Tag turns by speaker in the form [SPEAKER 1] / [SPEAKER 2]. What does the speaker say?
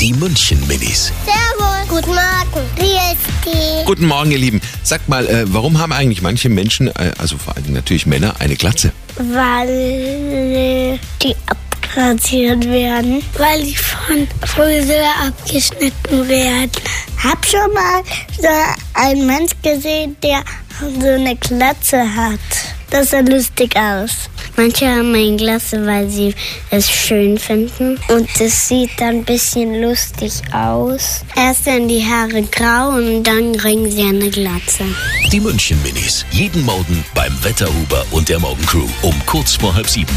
[SPEAKER 1] Die München Minis.
[SPEAKER 2] Servus. Guten Morgen. Wie ist die?
[SPEAKER 1] Guten Morgen, ihr Lieben. Sagt mal, äh, warum haben eigentlich manche Menschen, äh, also vor allen Dingen natürlich Männer, eine Glatze?
[SPEAKER 2] Weil die abrasiert werden. Weil die von Friseur abgeschnitten werden. Hab schon mal so einen Mensch gesehen, der so eine Glatze hat. Das sah lustig aus. Manche haben eine Glatze, weil sie es schön finden. Und es sieht dann ein bisschen lustig aus. Erst werden die Haare grau und dann kriegen sie eine Glatze.
[SPEAKER 1] Die München Minis. Jeden Morgen beim Wetterhuber und der Morgencrew um kurz vor halb sieben.